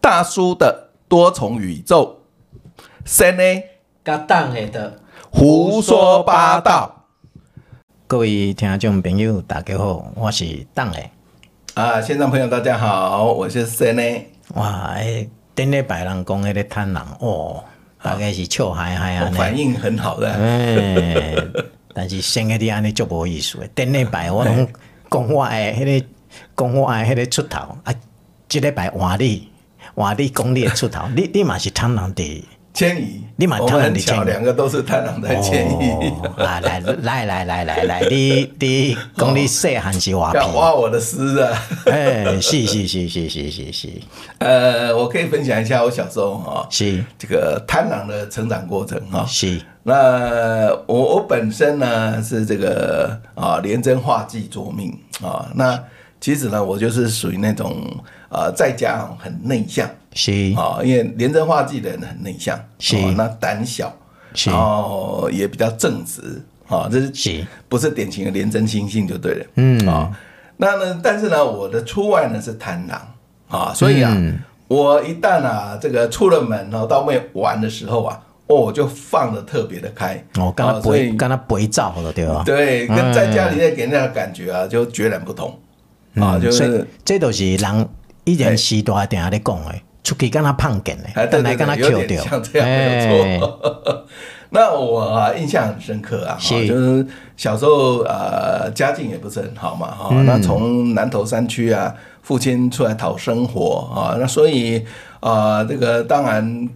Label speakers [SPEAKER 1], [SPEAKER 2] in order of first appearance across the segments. [SPEAKER 1] 大叔的多重宇宙，三呢
[SPEAKER 2] 甲党诶的
[SPEAKER 1] 胡说八道
[SPEAKER 2] 各位听众朋友，大家好，我是党诶。
[SPEAKER 1] 啊！线上朋友大家好，我是三呢。
[SPEAKER 2] 哇，诶，顶礼拜人讲迄个贪人哦，大概是笑嗨嗨
[SPEAKER 1] 我
[SPEAKER 2] 安
[SPEAKER 1] 反
[SPEAKER 2] 尼。
[SPEAKER 1] 应很好的，
[SPEAKER 2] 哎，但是先迄啲安尼足无意思诶。顶礼拜我拢讲我诶迄个，讲我诶迄个出头啊，即礼拜换你，换你讲你诶出头，你你嘛是贪人 伫。
[SPEAKER 1] 迁移，
[SPEAKER 2] 你蛮
[SPEAKER 1] 我
[SPEAKER 2] 贪婪
[SPEAKER 1] 们很
[SPEAKER 2] 的
[SPEAKER 1] 巧，
[SPEAKER 2] 迁移
[SPEAKER 1] 两个都是贪婪在迁移。
[SPEAKER 2] 哦啊，来来来来来来，你你讲你细汉是画 皮，
[SPEAKER 1] 要挖我的诗啊！
[SPEAKER 2] 哎，是是是是是是是
[SPEAKER 1] 呃，我可以分享一下我小时候哈、
[SPEAKER 2] 是
[SPEAKER 1] 这个贪婪的成长过程哈、
[SPEAKER 2] 是，
[SPEAKER 1] 那我我本身呢是这个啊廉贞化技着命啊，那其实呢我就是属于那种啊在家哦很内向
[SPEAKER 2] 是
[SPEAKER 1] 啊，因为廉贞化技的人很内向，
[SPEAKER 2] 是
[SPEAKER 1] 啊那胆小，
[SPEAKER 2] 是
[SPEAKER 1] 然后也比较正直啊，这是
[SPEAKER 2] 是
[SPEAKER 1] 不是典型的廉贞心性就对了，嗯
[SPEAKER 2] 哦
[SPEAKER 1] 啊，那呢但是呢我的出外呢是贪狼啊，所以啊。
[SPEAKER 2] 嗯
[SPEAKER 1] 我一旦啊，这个出了门哦，到外面玩的时候啊，哦，我就放的特别的开，
[SPEAKER 2] 哦，敢若
[SPEAKER 1] 哦所以
[SPEAKER 2] 肥敢若肥皂了对啊吧？
[SPEAKER 1] 对，跟在家里面给人家的感觉啊，就截然不同啊，
[SPEAKER 2] 嗯
[SPEAKER 1] 就
[SPEAKER 2] 所以
[SPEAKER 1] 是
[SPEAKER 2] 这都是人以前时代定咧讲的，出去敢若胖见
[SPEAKER 1] 哎，对
[SPEAKER 2] 的，
[SPEAKER 1] 对
[SPEAKER 2] 但来敢若哎
[SPEAKER 1] 对，有点
[SPEAKER 2] 扣
[SPEAKER 1] 像这
[SPEAKER 2] 掉，
[SPEAKER 1] 样，没有错。 那我啊印象很深刻啊，哈
[SPEAKER 2] 是
[SPEAKER 1] 就是小时候呃家境也不是很好嘛哈，
[SPEAKER 2] 嗯
[SPEAKER 1] 那从南投山区啊，父亲出来讨生活啊，那所以啊这个当然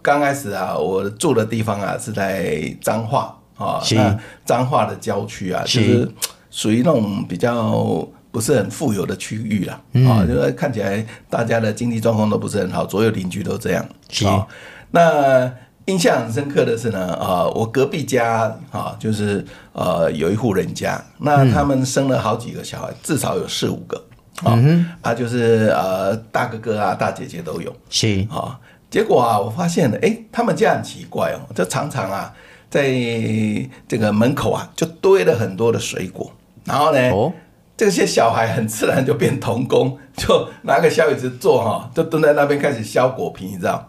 [SPEAKER 1] 刚开始啊，我住的地方啊是在彰化啊，
[SPEAKER 2] 是
[SPEAKER 1] 那彰化的郊区啊，就是是属于那种比较不是很富有的区域啦，啊，就是看起来大家的经济状况都不是很好，左右邻居都这样。
[SPEAKER 2] 是
[SPEAKER 1] 啊那印象很深刻的是呢，啊、我隔壁家啊、就是呃有一户人家，那他们生了好几个小孩，至少有四五个啊、啊，就是呃大哥哥啊、大姐姐都有。
[SPEAKER 2] 是
[SPEAKER 1] 啊、结果啊，我发现了，哎，他们家很奇怪哦，就常常啊，在这个门口啊，就堆了很多的水果，然后呢，
[SPEAKER 2] 哦
[SPEAKER 1] 这些小孩很自然就变童工，就拿个小椅子坐哈、就蹲在那边开始削果皮，你知道？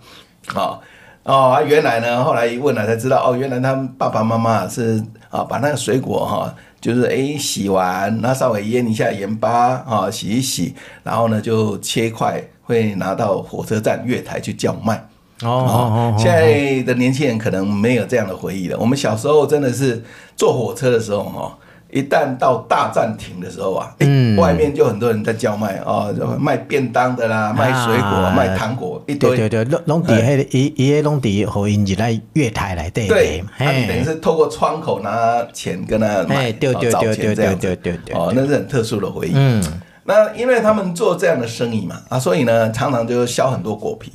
[SPEAKER 1] 啊、哦啊，原来呢，后来一问了才知道，哦，原来他们爸爸妈妈是啊、把那个水果哈、就是哎洗完，那稍微腌一下盐巴啊、洗一洗，然后呢就切块，会拿到火车站月台去叫卖。
[SPEAKER 2] 哦哦哦
[SPEAKER 1] 现
[SPEAKER 2] 哦，
[SPEAKER 1] 在的年轻人可能没有这样的回忆了。我们小时候真的是坐火车的时候哦，一旦到大站停的时候啊，嗯，外面就很多人在叫卖哦，就卖便当的啦，卖水果、
[SPEAKER 2] 啊
[SPEAKER 1] 卖糖果，一堆。
[SPEAKER 2] 对对对，拢拢
[SPEAKER 1] 哎
[SPEAKER 2] 伫迄个伊伊迄拢伫互因入来月台内底
[SPEAKER 1] 对
[SPEAKER 2] 的，，
[SPEAKER 1] 那你等于
[SPEAKER 2] 嘿，
[SPEAKER 1] 是透过窗口拿钱跟他买，
[SPEAKER 2] 哎对对
[SPEAKER 1] 哦找
[SPEAKER 2] 对
[SPEAKER 1] 钱
[SPEAKER 2] 对
[SPEAKER 1] 这样子
[SPEAKER 2] 对对对对
[SPEAKER 1] 哦，那是很特殊的回忆。
[SPEAKER 2] 嗯，
[SPEAKER 1] 那因为他们做这样的生意嘛，啊，所以呢，常常就削很多果皮。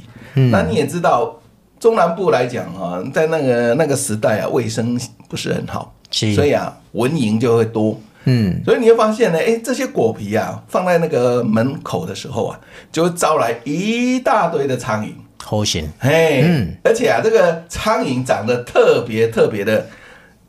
[SPEAKER 1] 那你也知道，中南部来讲啊，在那个那个时代啊，卫生不是很好，
[SPEAKER 2] 是
[SPEAKER 1] 所以啊，蚊蝇就会多。
[SPEAKER 2] 嗯，
[SPEAKER 1] 所以你会发现呢，哎，这些果皮啊，放在那个门口的时候啊，就会招来一大堆的苍蝇。
[SPEAKER 2] 好心，
[SPEAKER 1] 嘿，而且啊，这个苍蝇长得特别特别的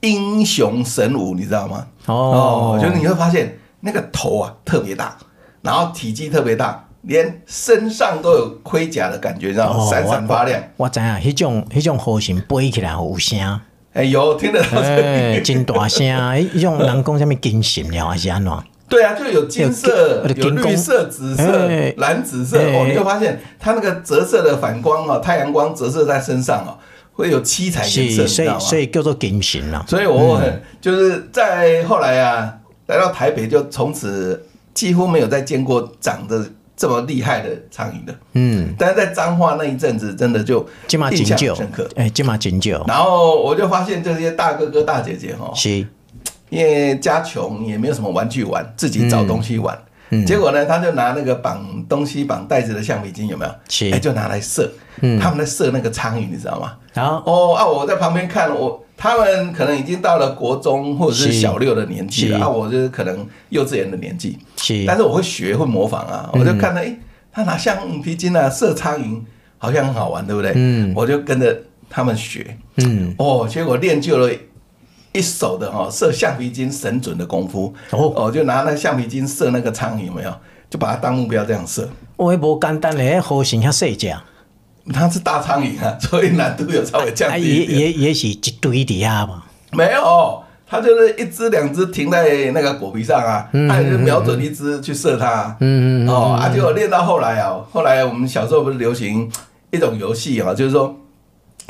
[SPEAKER 1] 英雄神武，你知道吗？
[SPEAKER 2] 哦
[SPEAKER 1] 就是你会发现那个头啊特别大，然后体积特别大，连身上都有盔甲的感觉，你知道吗？
[SPEAKER 2] 哦
[SPEAKER 1] 闪闪发亮。
[SPEAKER 2] 我知影，迄种迄种好心飞起来有声。
[SPEAKER 1] 哎呦，听得到这
[SPEAKER 2] 哎，
[SPEAKER 1] 里。
[SPEAKER 2] 真大声！迄迄种人讲什物金神了还是安怎？
[SPEAKER 1] 对啊，就有金色、
[SPEAKER 2] 有金
[SPEAKER 1] 有绿色、紫色、
[SPEAKER 2] 哎
[SPEAKER 1] 蓝紫色、
[SPEAKER 2] 哎
[SPEAKER 1] 哦，你会发现它那个折射的反光哦，太阳光折射在身上哦，会有七彩颜色，你知
[SPEAKER 2] 是，嗯所以
[SPEAKER 1] 道吗？
[SPEAKER 2] 所以叫做金神啦。
[SPEAKER 1] 啊所以我很、就是在后来啊，来到台北就从此几乎没有再见过长得这么厉害的苍蝇的。
[SPEAKER 2] 嗯，
[SPEAKER 1] 但是在彰化那一阵子，真的就
[SPEAKER 2] 即嘛
[SPEAKER 1] 印
[SPEAKER 2] 真
[SPEAKER 1] 象
[SPEAKER 2] 少
[SPEAKER 1] 很深刻。，哦
[SPEAKER 2] 哎，即嘛真少，
[SPEAKER 1] 然后我就发现这些大哥哥大姐姐哈、
[SPEAKER 2] 是
[SPEAKER 1] 因为家穷也没有什么玩具玩，自己找东西玩。
[SPEAKER 2] 嗯
[SPEAKER 1] 结果呢，他就拿那个绑东西、绑带子的橡皮筋，有没有？
[SPEAKER 2] 是嗯
[SPEAKER 1] 哎，就拿来射。他们在射那个苍蝇，你知道吗？
[SPEAKER 2] 然后
[SPEAKER 1] 哦啊，我在旁边看，我他们可能已经到了国中或者是
[SPEAKER 2] 是
[SPEAKER 1] 小六的年纪了，
[SPEAKER 2] 是
[SPEAKER 1] 啊，我就是可能幼稚园的年纪，
[SPEAKER 2] 是
[SPEAKER 1] 但是我会学会模仿啊，
[SPEAKER 2] 嗯
[SPEAKER 1] 我就看到，诶，他拿橡皮筋啊射苍蝇，好像很好玩，对不对？嗯，我就跟着他们学，
[SPEAKER 2] 嗯，
[SPEAKER 1] 哦，结果练就了。一手的哈、哦、射橡皮筋神准的功夫
[SPEAKER 2] 哦
[SPEAKER 1] 就拿那橡皮筋射那个苍蝇，有没有？就把它当目标这样设。
[SPEAKER 2] 我迄无简单嘞，迄弧形遐细只，
[SPEAKER 1] 哎
[SPEAKER 2] 啊
[SPEAKER 1] 它是大苍蝇啊，所以难度有稍微降低
[SPEAKER 2] 啊也
[SPEAKER 1] 一点。
[SPEAKER 2] 也也是一堆底下嘛。
[SPEAKER 1] 没有，它就是一只两只停在那个果皮上啊，它也就瞄准一只去射它、啊。嗯嗯。哦，啊，结果练到后来啊，后来我们小时候不是流行一种游戏啊，就是说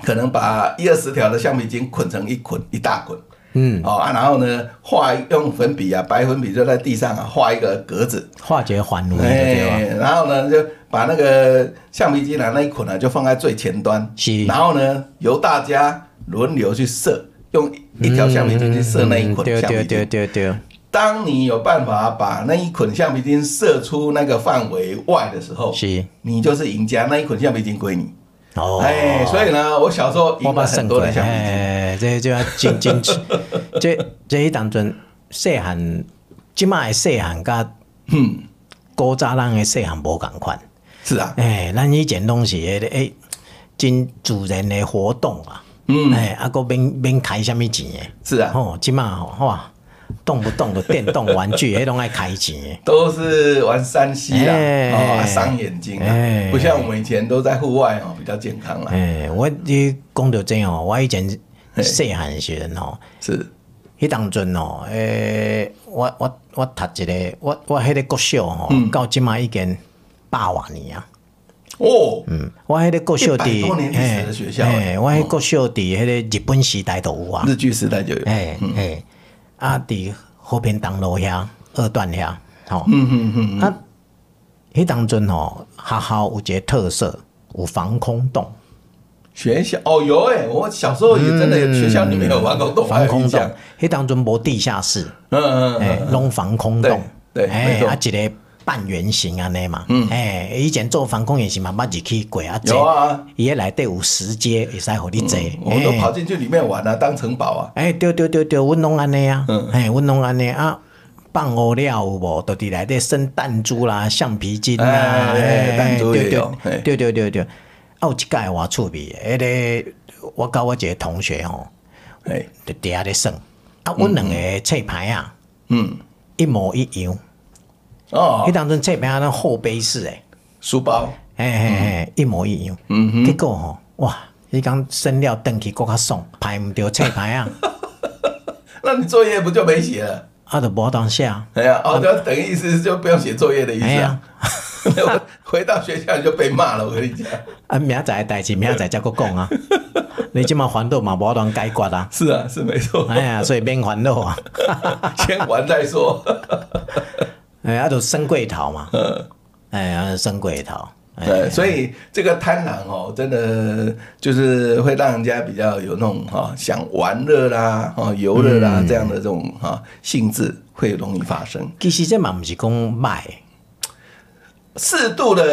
[SPEAKER 1] 可能把一二十条的橡皮筋捆成一捆一大捆。嗯，哦啊，然后呢，画一用粉笔啊，白粉笔就在地上啊画一个格子，
[SPEAKER 2] 化解环路嗯对啊吧？
[SPEAKER 1] 哎，然后呢，就把那个橡皮筋啊那一捆啊，就放在最前端，
[SPEAKER 2] 是
[SPEAKER 1] 然后呢，由大家轮流去射，用一条橡皮筋去射那一捆
[SPEAKER 2] 嗯对
[SPEAKER 1] 橡皮
[SPEAKER 2] 对
[SPEAKER 1] 筋。
[SPEAKER 2] 对对对，
[SPEAKER 1] 当你有办法把那一捆橡皮筋射出那个范围外的时候，
[SPEAKER 2] 是
[SPEAKER 1] 你就是赢家，那一捆橡皮筋归你。
[SPEAKER 2] 哦，
[SPEAKER 1] 哎，所以呢，我小时候
[SPEAKER 2] 我
[SPEAKER 1] 赢了
[SPEAKER 2] 捌
[SPEAKER 1] 很
[SPEAKER 2] 算
[SPEAKER 1] 多
[SPEAKER 2] 过，
[SPEAKER 1] 的橡皮筋。
[SPEAKER 2] 哎，这就要真真， 这这一当阵细汉，即卖细汉甲
[SPEAKER 1] 嗯，
[SPEAKER 2] 古早人的细汉无共款。
[SPEAKER 1] 是啊，
[SPEAKER 2] 哎，咱以前拢是迄个哎，真自然的活动啊。
[SPEAKER 1] 嗯
[SPEAKER 2] 哎，啊，个免免开什物钱的。
[SPEAKER 1] 是啊，
[SPEAKER 2] 吼，即卖吼哇，动不动就电动玩具，迄拢爱开钱的。
[SPEAKER 1] 都是玩山西啦，
[SPEAKER 2] 哎
[SPEAKER 1] 哦，啊伤眼睛啊
[SPEAKER 2] 哎，
[SPEAKER 1] 不像我们以前都在户外哦，比较健康啦。
[SPEAKER 2] 哎，我你讲到这哦，我以前
[SPEAKER 1] 嘿
[SPEAKER 2] 细汉的时阵哦吼。
[SPEAKER 1] 是，
[SPEAKER 2] 迄当阵哦，诶、我我我读一个，我我迄个国小吼、
[SPEAKER 1] 嗯
[SPEAKER 2] 到即马已经百外年啊。
[SPEAKER 1] 哦，
[SPEAKER 2] 嗯，我迄个国小
[SPEAKER 1] 100
[SPEAKER 2] 伫
[SPEAKER 1] 多年历史的学校
[SPEAKER 2] 嘿
[SPEAKER 1] 欸
[SPEAKER 2] 嘿我迄个国小伫迄个日本时代都有啊。
[SPEAKER 1] 日剧时代就有，
[SPEAKER 2] 诶诶，啊，伫和平东路遐二段遐，吼、
[SPEAKER 1] 嗯嗯嗯，
[SPEAKER 2] 啊，迄当阵吼，学校有一个特色，有防空洞。
[SPEAKER 1] 学校哦有哎，我小时候也真的有学校里面有玩过动，我
[SPEAKER 2] 防
[SPEAKER 1] 还有
[SPEAKER 2] 嗯空
[SPEAKER 1] 印象
[SPEAKER 2] 洞，迄当阵无地下室。
[SPEAKER 1] 嗯嗯
[SPEAKER 2] 哎，
[SPEAKER 1] 嗯，
[SPEAKER 2] 拢防空洞，
[SPEAKER 1] 对对没
[SPEAKER 2] 哎，
[SPEAKER 1] 错嗯
[SPEAKER 2] 啊，一个半圆形安尼嘛，哎，以前做防空也是嘛，捌入去过啊，
[SPEAKER 1] 有啊，嗯
[SPEAKER 2] 伊迄内底有石阶，会使互你坐，
[SPEAKER 1] 我们都
[SPEAKER 2] 哎
[SPEAKER 1] 跑进去里面玩啊，当城堡啊，
[SPEAKER 2] 哎，对对对对，阮拢安尼啊
[SPEAKER 1] 嗯，
[SPEAKER 2] 哎，阮拢安尼啊。放学了有无？就伫内底生弹珠啦、橡皮筋啦，
[SPEAKER 1] 哎哎弹珠也
[SPEAKER 2] 对对
[SPEAKER 1] 有哎
[SPEAKER 2] 对对对对。啊，有一届我趣味的，迄个我甲我一个同学吼，
[SPEAKER 1] 哎，
[SPEAKER 2] 伫伫遐咧耍，啊，阮两个册牌啊
[SPEAKER 1] 嗯，
[SPEAKER 2] 一模一样，
[SPEAKER 1] 哦
[SPEAKER 2] 迄，当阵册牌啊，咱后背式诶，
[SPEAKER 1] 书包，
[SPEAKER 2] 嘿嘿嘿，一模一样。
[SPEAKER 1] 嗯哼，
[SPEAKER 2] 结果吼，哇，伊讲生了登去搁较爽，排毋着册牌 啊，
[SPEAKER 1] 那你作业不就没写了？
[SPEAKER 2] 啊，就无当写啊。
[SPEAKER 1] 哎呀，哦，就等于意思是就不用写作业的意思
[SPEAKER 2] 哎
[SPEAKER 1] 啊
[SPEAKER 2] 呀。
[SPEAKER 1] 回到学校你就被骂了，我跟你讲。
[SPEAKER 2] 啊，明仔载的代志，明仔载再搁讲 啊。你即马烦恼嘛，无人解决啊。
[SPEAKER 1] 是啊，是没 错，
[SPEAKER 2] 哎呀，所以免烦恼 啊。
[SPEAKER 1] 先玩再说。
[SPEAKER 2] 哎，啊，就升过 头嘛。
[SPEAKER 1] 嗯
[SPEAKER 2] 哎呀，升过头。哎
[SPEAKER 1] 对，所以这个贪婪哦，真的就是会让人家比较有那种哈、想玩乐啦、哈、游乐啦、
[SPEAKER 2] 嗯
[SPEAKER 1] 这样的这种哈、性质会容易发生。
[SPEAKER 2] 其实这嘛毋是讲歹，
[SPEAKER 1] 适度的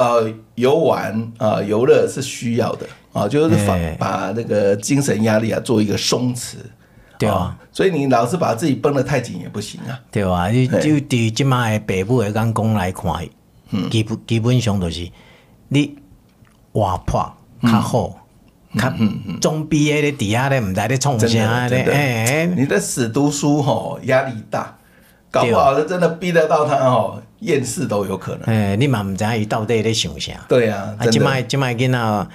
[SPEAKER 1] 呃游玩啊、游乐是需要的啊、就是把
[SPEAKER 2] 哎
[SPEAKER 1] 把那个精神压力啊做一个松弛。
[SPEAKER 2] 对啊
[SPEAKER 1] 所以你老是把自己绷得太紧也不行啊。
[SPEAKER 2] 对吧？你
[SPEAKER 1] 嘿
[SPEAKER 2] 就伫即马的爸母的眼光来看，
[SPEAKER 1] 嗯
[SPEAKER 2] 基本基本上就是你活泼
[SPEAKER 1] 嗯
[SPEAKER 2] 较好，较总比迄个伫遐咧，毋知咧创
[SPEAKER 1] 真的，
[SPEAKER 2] 啥咧
[SPEAKER 1] 嗯真，的，
[SPEAKER 2] 哎，
[SPEAKER 1] 你的死读书吼、压力大，搞不
[SPEAKER 2] 啊
[SPEAKER 1] 好真的逼得到他哦，厌世都有可能。
[SPEAKER 2] 哎，你嘛毋知伊到底咧想啥。
[SPEAKER 1] 对呀、
[SPEAKER 2] 啊，
[SPEAKER 1] 真
[SPEAKER 2] 即
[SPEAKER 1] 的。
[SPEAKER 2] 摆即摆囡仔，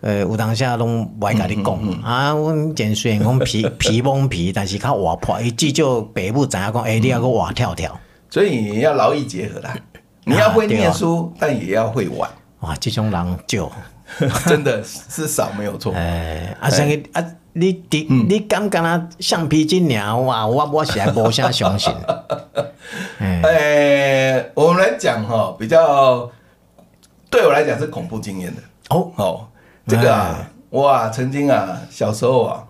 [SPEAKER 2] 呃，有当下拢袂甲你
[SPEAKER 1] 嗯
[SPEAKER 2] 讲啊。阮简虽然讲皮 皮蒙皮，但是较活泼，伊至少爸母知影讲，哎，
[SPEAKER 1] 嗯
[SPEAKER 2] 你要个活跳跳，
[SPEAKER 1] 所以你要劳逸结合啦。你要会念书，但也要会玩，
[SPEAKER 2] 哇，即种人少。
[SPEAKER 1] 真的是少没有错。
[SPEAKER 2] 哎，啊，像个啊，你你
[SPEAKER 1] 嗯
[SPEAKER 2] 你敢敢若橡皮筋尔哇， 我我是还无啥 相信。哎，
[SPEAKER 1] 哎，我们来讲哈，比较对我来讲是恐怖经验的
[SPEAKER 2] 哦，
[SPEAKER 1] 哦。这个
[SPEAKER 2] 哎
[SPEAKER 1] 啊，哇，曾经啊，小时候啊，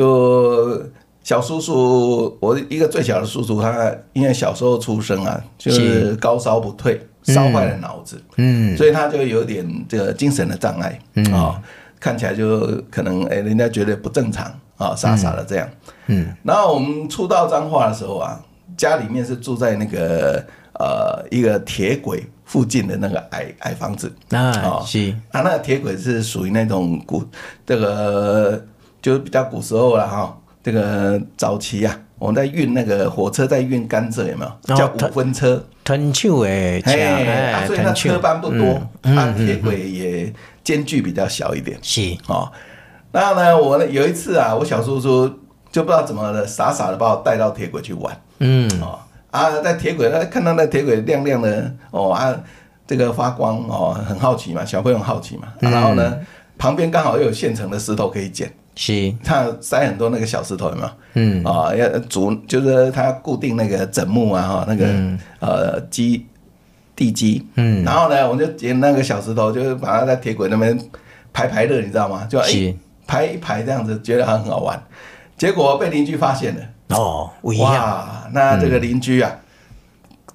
[SPEAKER 1] 就小叔叔，我一个最小的叔叔，他因为小时候出生啊，就是高烧不退，烧坏了脑子，
[SPEAKER 2] 嗯，
[SPEAKER 1] 所以他就有点这个精神的障碍啊、哦看起来就可能哎、人家觉得不正常啊、傻傻的这样。
[SPEAKER 2] 嗯，
[SPEAKER 1] 然后我们初到彰化的时候啊，家里面是住在那个呃一个铁轨附近的那个矮矮房子
[SPEAKER 2] 那是
[SPEAKER 1] 啊，那个铁轨是属于那种古这个就是比较古时候了哈、这个早期啊，我们在运那个火车在运甘蔗，有没有？
[SPEAKER 2] 哦
[SPEAKER 1] 叫
[SPEAKER 2] 它
[SPEAKER 1] 五分车，
[SPEAKER 2] 吞手的车，
[SPEAKER 1] 哎，啊
[SPEAKER 2] 哎，
[SPEAKER 1] 所以它
[SPEAKER 2] 吞
[SPEAKER 1] 车
[SPEAKER 2] 手
[SPEAKER 1] 班不多，啊，铁轨也间距比较小一点。
[SPEAKER 2] 是
[SPEAKER 1] 哦，那呢，我呢有一次啊，我小叔叔就不知道怎么了，傻傻的把我带到铁轨去玩，
[SPEAKER 2] 嗯，
[SPEAKER 1] 哦啊，在铁轨那看到那铁轨亮亮的，哦啊，这个发光哦，很好奇嘛，小朋友很好奇嘛，啊然后呢，旁边刚好又有现成的石头可以捡，
[SPEAKER 2] 是
[SPEAKER 1] 他塞很多那个小石头，有没有？
[SPEAKER 2] 嗯，
[SPEAKER 1] 啊、要竹就是它固定那个枕木啊，哈，那个、呃基地基，
[SPEAKER 2] 嗯，
[SPEAKER 1] 然后呢，我们就捡那个小石头，就是把它在铁轨那边排排的，你知道吗？就哎、
[SPEAKER 2] 是
[SPEAKER 1] 排一排这样子，觉得很好玩。结果被邻居发现了，
[SPEAKER 2] 哦，危险
[SPEAKER 1] 哇，那这个邻居啊，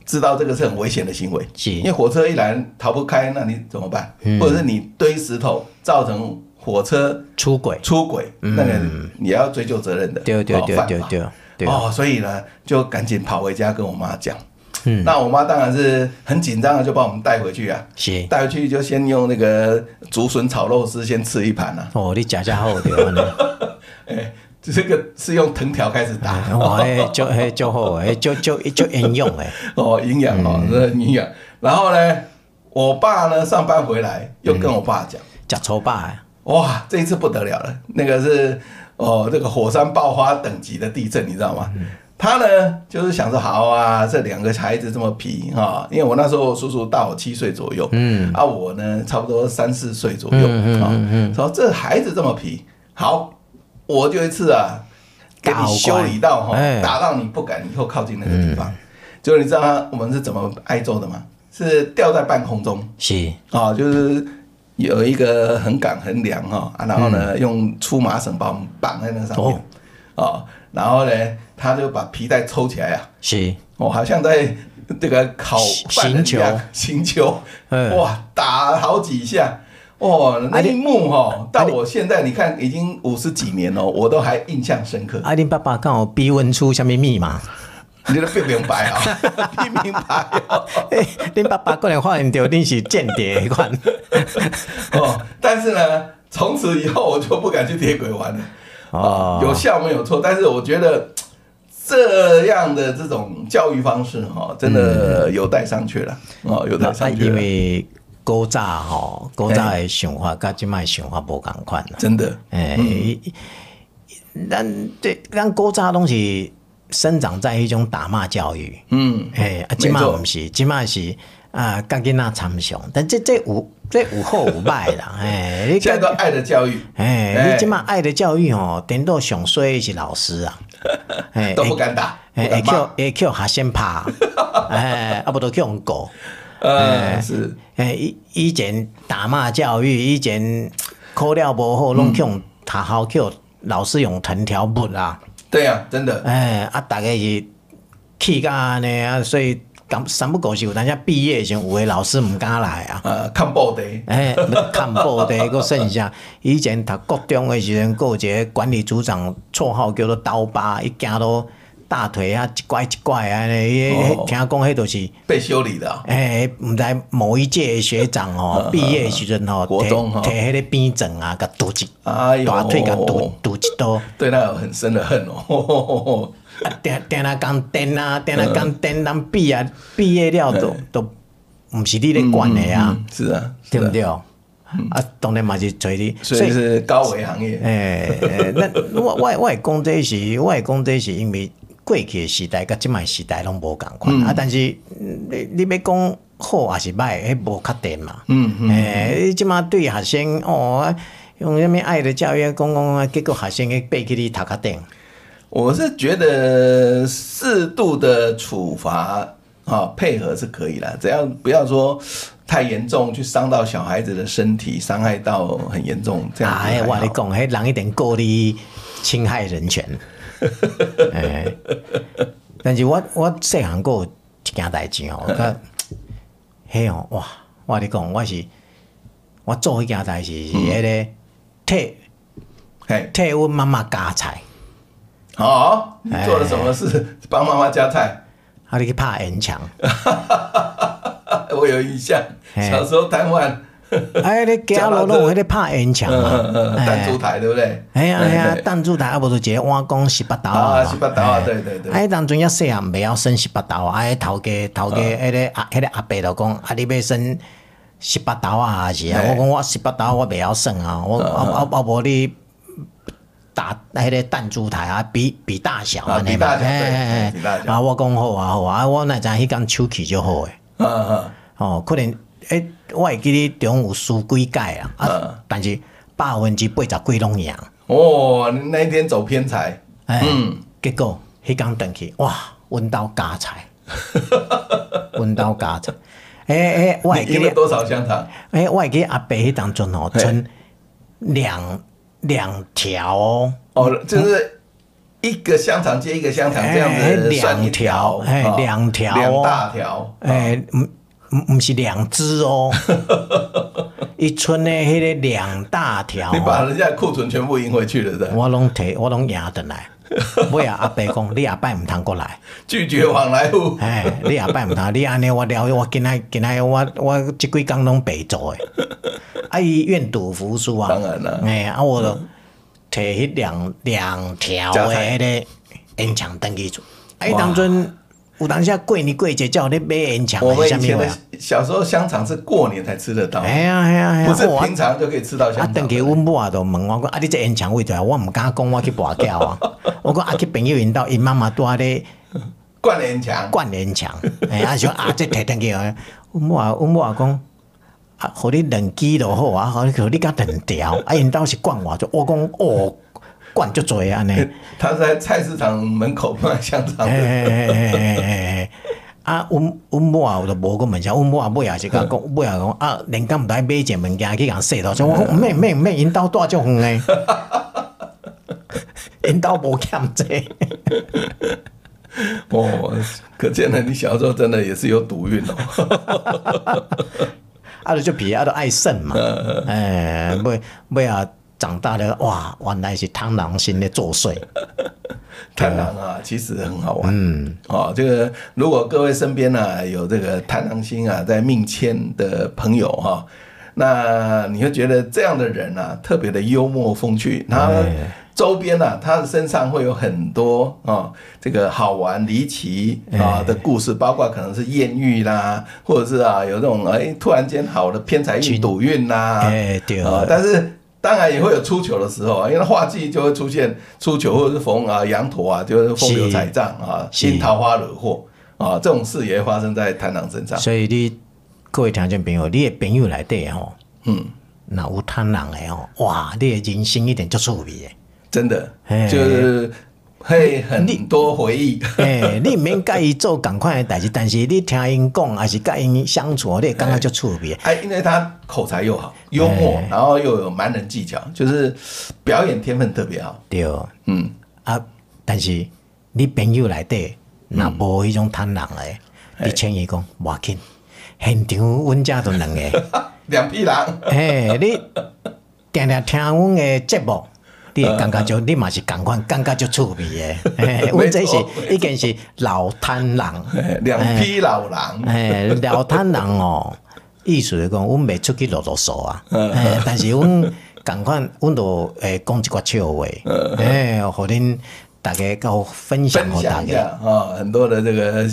[SPEAKER 1] 知道这个是很危险的行为，
[SPEAKER 2] 嗯是嗯
[SPEAKER 1] 因为火车一来逃不开，那你怎么办？或者是你堆石头造成火车
[SPEAKER 2] 出轨，
[SPEAKER 1] 出轨，那个你要追究责任的，
[SPEAKER 2] 嗯对对
[SPEAKER 1] 哦
[SPEAKER 2] 对
[SPEAKER 1] 犯
[SPEAKER 2] 对
[SPEAKER 1] 法
[SPEAKER 2] 对对，
[SPEAKER 1] 哦，所以呢，就赶紧跑回家跟我妈讲。
[SPEAKER 2] 嗯
[SPEAKER 1] 那我妈当然是很紧张的，就把我们带回去啊。
[SPEAKER 2] 是
[SPEAKER 1] 带回去就先用那个竹笋炒肉丝先吃一盘啊。
[SPEAKER 2] 哦，你食遮好对安尼，
[SPEAKER 1] 哎，这个是用藤条开始打
[SPEAKER 2] 哎 哇，迄足迄足好诶，迄足足足应用诶，
[SPEAKER 1] 哦，营养哦，
[SPEAKER 2] 嗯
[SPEAKER 1] 这很营养。然后呢，我爸呢上班回来又
[SPEAKER 2] 嗯
[SPEAKER 1] 跟我爸讲，
[SPEAKER 2] 食粗饱诶，
[SPEAKER 1] 哇，这一次不得了了，那个是哦，这个火山爆发等级的地震，你知道吗？他呢，就是想说，好啊，这两个孩子这么皮哈、因为我那时候叔叔大我七岁左右，嗯，啊，我呢差不多三四岁左右，啊、说这孩子这么皮，好，我就一次啊，给
[SPEAKER 2] 打
[SPEAKER 1] 你
[SPEAKER 2] 好
[SPEAKER 1] 修理到哈、
[SPEAKER 2] 哎
[SPEAKER 1] 打到你不敢以后靠近那个地方。就你知道他我们是怎么挨揍的吗？是吊在半空中，
[SPEAKER 2] 是
[SPEAKER 1] 啊、就是有一个很杆很凉哈、啊，然后呢、用粗麻绳把我们绑在那上面，哦然后呢他就把皮带抽起来啊，
[SPEAKER 2] 是，
[SPEAKER 1] 哦，好像在这个烤饭人一样，行球，
[SPEAKER 2] 嗯
[SPEAKER 1] 哇，打好几下。哦，那一幕哦，到我现在你看已经五十几年了，我都还印象深 刻。
[SPEAKER 2] 啊，恁爸爸敢有逼问出啥物密码？
[SPEAKER 1] 你都不明 白啊、你明白哦。
[SPEAKER 2] 嘿恁爸爸可能发现着恁是间谍迄款，
[SPEAKER 1] 哦，但是呢，从此以后我就不敢去铁轨玩了。
[SPEAKER 2] 哦
[SPEAKER 1] 有效没有错，但是我觉得这样的这种教育方式哈、哦，真的
[SPEAKER 2] 嗯
[SPEAKER 1] 有待商榷了。哦，有待
[SPEAKER 2] 啊，
[SPEAKER 1] 商
[SPEAKER 2] 因
[SPEAKER 1] 榷了，
[SPEAKER 2] 为古早吼，古早诶想法甲即摆想法无共款啦。
[SPEAKER 1] 真的。
[SPEAKER 2] 诶、咱对咱古早拢是生长在迄种打骂教育，
[SPEAKER 1] 嗯，
[SPEAKER 2] 诶、啊，
[SPEAKER 1] 没
[SPEAKER 2] 即马
[SPEAKER 1] 错
[SPEAKER 2] 毋是，即马是啊，甲囡仔参详，但这这有这有好有歹啦，诶、你
[SPEAKER 1] 现在
[SPEAKER 2] 甲
[SPEAKER 1] 都爱的教育
[SPEAKER 2] 诶、
[SPEAKER 1] 哎
[SPEAKER 2] 你即马爱的教育吼，颠倒上衰的是老师 啊，诶、
[SPEAKER 1] 都不敢打，
[SPEAKER 2] 诶，
[SPEAKER 1] 不
[SPEAKER 2] 会
[SPEAKER 1] 敢
[SPEAKER 2] 叫
[SPEAKER 1] 骂。
[SPEAKER 2] 会叫学 生拍，诶，啊，无都叫人搞。哎
[SPEAKER 1] 呃，是
[SPEAKER 2] 诶，以以前打骂教育，以前考了无好，拢去用塔校去用老师用藤条抹啊，
[SPEAKER 1] 对呀、啊，真的。
[SPEAKER 2] 诶，啊，大概是气甲安尼啊，所以咁三不五时有当下毕业的时候，有诶老师毋敢来啊。
[SPEAKER 1] 呃，看报的，
[SPEAKER 2] 哎，看报的个剩下，以前读国中的时阵，还有一个管理组长绰号叫做刀疤，伊行到大腿啊一拐一拐安尼，伊
[SPEAKER 1] 哦
[SPEAKER 2] 听讲迄就是。
[SPEAKER 1] 被修理的啊、
[SPEAKER 2] 诶，毋哎知某一届的学长哦，毕业的时阵哦，
[SPEAKER 1] 呃国中哦
[SPEAKER 2] 摕摕迄个鞭杖啊，甲剁一
[SPEAKER 1] 哎呦
[SPEAKER 2] 大腿甲剁剁一刀，
[SPEAKER 1] 对他有很深的恨哦。
[SPEAKER 2] 啊，定定啊讲颠啊，定啊讲颠，人毕
[SPEAKER 1] 呃
[SPEAKER 2] 啊毕业了都都毋是你咧管的啊，
[SPEAKER 1] 嗯，是啊，是
[SPEAKER 2] 对
[SPEAKER 1] 啊
[SPEAKER 2] 毋对？啊，当然嘛是找你，
[SPEAKER 1] 所以是高危行
[SPEAKER 2] 哎
[SPEAKER 1] 业。
[SPEAKER 2] 诶，诶 那我我我会讲这是，我会讲这是因为过去的时代甲即卖时代拢无共款啊。但是嗯你你要讲好还是歹，迄无确定嘛。
[SPEAKER 1] 嗯
[SPEAKER 2] 嗯。诶，你即马对学生哦，用什物爱的教育讲讲啊，结果学生去背去你头壳顶。
[SPEAKER 1] 我是觉得适度的处罚啊，配合是可以啦，只要不要说太严重，去伤到小孩子的身体，伤害到很严重这样子 还
[SPEAKER 2] 哎，
[SPEAKER 1] 好。
[SPEAKER 2] 我跟你讲，迄人一定告你侵害人权。 哎，但是我我细汉还有一件代志 哦，我嘿哦，哇！我跟你讲，我是我做迄件代志是迄个
[SPEAKER 1] 嗯
[SPEAKER 2] 替
[SPEAKER 1] 嘿，
[SPEAKER 2] 替阮妈妈夹菜，
[SPEAKER 1] 好、你
[SPEAKER 2] 哎
[SPEAKER 1] 做了什么事？ 帮妈妈夹菜，
[SPEAKER 2] 啊，你去拍烟枪，
[SPEAKER 1] 我有印象，
[SPEAKER 2] 嘿
[SPEAKER 1] 小时候瘫痪，
[SPEAKER 2] 哎，你 行路拢有迄个拍烟枪
[SPEAKER 1] 嗯 嗯
[SPEAKER 2] 嘛
[SPEAKER 1] 嗯，，弹珠台对不对？
[SPEAKER 2] 哎呀哎呀，
[SPEAKER 1] 对
[SPEAKER 2] 弹珠台啊，无就一个碗讲十八刀
[SPEAKER 1] 啊十八斗啊对对对
[SPEAKER 2] 哎，当阵要细啊，袂晓升十八刀啊，哎，头家头家迄个啊，迄个阿伯就讲，啊，你要升十八刀啊，还是啊？
[SPEAKER 1] 嘿
[SPEAKER 2] 我讲我十八刀我袂晓算啊，我啊啊啊无你。打迄个弹珠台啊，比比大小
[SPEAKER 1] 啊
[SPEAKER 2] 安尼
[SPEAKER 1] 比
[SPEAKER 2] 嘛，
[SPEAKER 1] 大小对
[SPEAKER 2] 哎哎
[SPEAKER 1] 比大
[SPEAKER 2] 哎
[SPEAKER 1] 小
[SPEAKER 2] 啊，我讲好啊好啊，啊我那知影迄工手气就好诶。
[SPEAKER 1] 嗯嗯，
[SPEAKER 2] 哦，可能诶、我会记咧中有输几届啊，啊
[SPEAKER 1] 嗯，
[SPEAKER 2] 但是百分之八十几拢赢，
[SPEAKER 1] 哦，你那一天走偏财，
[SPEAKER 2] 哎、
[SPEAKER 1] 嗯
[SPEAKER 2] 结果迄工转去，哇，阮兜加菜， 阮兜加菜，诶、诶、我
[SPEAKER 1] 你
[SPEAKER 2] 会记
[SPEAKER 1] 赢了
[SPEAKER 2] 咧，
[SPEAKER 1] 多少香肠？
[SPEAKER 2] 诶、我会记阿伯迄当阵哦，
[SPEAKER 1] 嘿
[SPEAKER 2] 剩两两条哦。
[SPEAKER 1] 哦，就是一个香肠接一个香肠这样
[SPEAKER 2] 哎
[SPEAKER 1] 子算一
[SPEAKER 2] 两条，哎
[SPEAKER 1] 啊，
[SPEAKER 2] 两条哦，
[SPEAKER 1] 两大条，
[SPEAKER 2] 哎，唔唔唔是两只 哦，伊剩的迄个两大条哦，
[SPEAKER 1] 你把人家的库存全部赢回去了的，
[SPEAKER 2] 我拢摕，我拢赢转来。尾啊，阿伯讲，你下摆毋通过来，
[SPEAKER 1] 拒绝往来户，
[SPEAKER 2] 哎，你下摆 毋通，你安尼我了，我今仔今仔我我即几工拢白做诶。 啊，伊愿赌服输啊，
[SPEAKER 1] 当然啦嗯
[SPEAKER 2] 哎，啊我就摕迄两两条
[SPEAKER 1] 加
[SPEAKER 2] 诶
[SPEAKER 1] 菜
[SPEAKER 2] 迄个烟肠登去做。啊，伊当阵有当时啊过年过节叫你买烟肠
[SPEAKER 1] 我
[SPEAKER 2] 还
[SPEAKER 1] 们
[SPEAKER 2] 是啥
[SPEAKER 1] 以前
[SPEAKER 2] 物
[SPEAKER 1] 的
[SPEAKER 2] 啊？
[SPEAKER 1] 小时候香肠是过年才吃得到，
[SPEAKER 2] 哎呀哎呀哎呀，
[SPEAKER 1] 不是
[SPEAKER 2] 我
[SPEAKER 1] 平常就可以吃到
[SPEAKER 2] 啊，
[SPEAKER 1] 香
[SPEAKER 2] 等
[SPEAKER 1] 肠
[SPEAKER 2] 去。阮母啊，就问我讲，啊，你这烟肠位倒来？我毋敢讲，我去跋筊啊。我讲啊，去朋友因兜，因妈妈拄啊咧
[SPEAKER 1] 灌联强，
[SPEAKER 2] 灌烟肠， 哎、啊想啊，这摕登去啊。阮母啊，阮母啊讲，啊，互你两支就好啊，互你互你甲两条。啊，因兜是灌我，就我讲哦，灌足多啊安尼。
[SPEAKER 1] 他在菜市场门口卖香肠
[SPEAKER 2] 哎
[SPEAKER 1] 的，
[SPEAKER 2] 哎哎哎哎哎哎！啊，阮阮某啊，我就无个问啥，阮某啊尾啊是甲讲，尾啊讲啊，人家毋知买一件物件去共说咯，所以我讲免免免，因兜带足远诶， 因兜无欠债，
[SPEAKER 1] 哦，可见呢，你小时候真的也是有赌运哦。
[SPEAKER 2] 啊就就皮啊就爱剩嘛，哎，尾尾啊长大了，哇，原来是螳螂心咧作祟，
[SPEAKER 1] 贪狼啊，其实很好玩。嗯，哦，这个如果各位身边呢、有这个贪狼星啊，在命迁的朋友哈、那你会觉得这样的人啊，特别的幽默风趣，
[SPEAKER 2] 哎
[SPEAKER 1] 然后周边啊，他的身上会有很多啊、哦，这个好玩离奇
[SPEAKER 2] 哎
[SPEAKER 1] 啊、的故事，包括可能是艳遇啦，或者是啊有这种哎突然间好的偏财运、赌运啦，
[SPEAKER 2] 哎对
[SPEAKER 1] 啊但是当然也会有出糗的时候啊，因为画技就会出现出糗，或者是逢啊羊驼啊，就是风流彩账啊，
[SPEAKER 2] 是
[SPEAKER 1] 新桃花惹祸啊，这种事也会发生在贪狼身上。
[SPEAKER 2] 所以你各位听众朋友，你的朋友内底吼，
[SPEAKER 1] 嗯，
[SPEAKER 2] 若有螳螂诶吼，哇，你的人生一定足趣味诶。
[SPEAKER 1] 真的
[SPEAKER 2] 嘿
[SPEAKER 1] 就是会很多回忆。
[SPEAKER 2] 诶、哎你毋免甲伊做共款诶代志，但是你听因讲，还是甲因相处，你会感觉足趣味的。
[SPEAKER 1] 哎，因为他口才又好，幽默，然后又有蛮人技巧，就是表演天分特别好。
[SPEAKER 2] 对，
[SPEAKER 1] 嗯，
[SPEAKER 2] 啊，但是你朋友内底若无迄种贪狼诶，你请伊讲无要紧，现场阮遮都两个。
[SPEAKER 1] 两匹狼。
[SPEAKER 2] 嘿、你定定听阮的节目，你会感觉 就你嘛是共款，感觉就趣味的。嘿阮这是
[SPEAKER 1] 没错
[SPEAKER 2] 已经是老 贪狼，
[SPEAKER 1] 嘿两匹老狼，
[SPEAKER 2] 哎，聊摊人哦，意思是讲，阮袂出去啰啰嗦啊，
[SPEAKER 1] 嗯
[SPEAKER 2] 哎，但是阮共款，阮都会讲一寡笑话，
[SPEAKER 1] 嗯
[SPEAKER 2] 哎，互恁大家够分享
[SPEAKER 1] 分
[SPEAKER 2] 互大
[SPEAKER 1] 享一
[SPEAKER 2] 家
[SPEAKER 1] 下。啊、很多的这个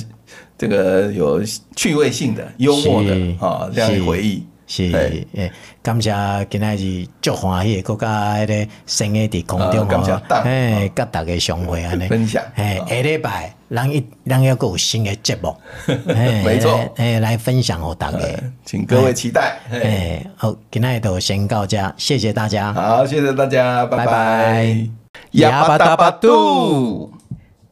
[SPEAKER 1] 这个有趣味性的、幽默的
[SPEAKER 2] 是
[SPEAKER 1] 啊、这样的
[SPEAKER 2] 是
[SPEAKER 1] 回忆。
[SPEAKER 2] 是，
[SPEAKER 1] 哎
[SPEAKER 2] 诶，感谢今仔日足欢喜，国家迄个生诶伫空中
[SPEAKER 1] 啊感谢
[SPEAKER 2] 哦
[SPEAKER 1] 党
[SPEAKER 2] 嘿，甲大家相会安尼
[SPEAKER 1] 分享
[SPEAKER 2] 嘿
[SPEAKER 1] 啊，
[SPEAKER 2] 下礼拜咱一咱抑佫有新诶节目，嘿
[SPEAKER 1] 没错哎
[SPEAKER 2] 来嘿，来分享互大家。
[SPEAKER 1] 请各位期待。哎，
[SPEAKER 2] 哎，好，今天就先到这，谢谢大家。
[SPEAKER 1] 好，谢谢大家，拜
[SPEAKER 2] 拜拜
[SPEAKER 1] 哑巴大巴肚，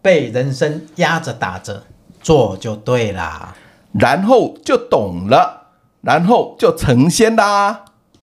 [SPEAKER 2] 被人生压着打着，做就对啦。
[SPEAKER 1] 然后就懂了，然后就成仙啦。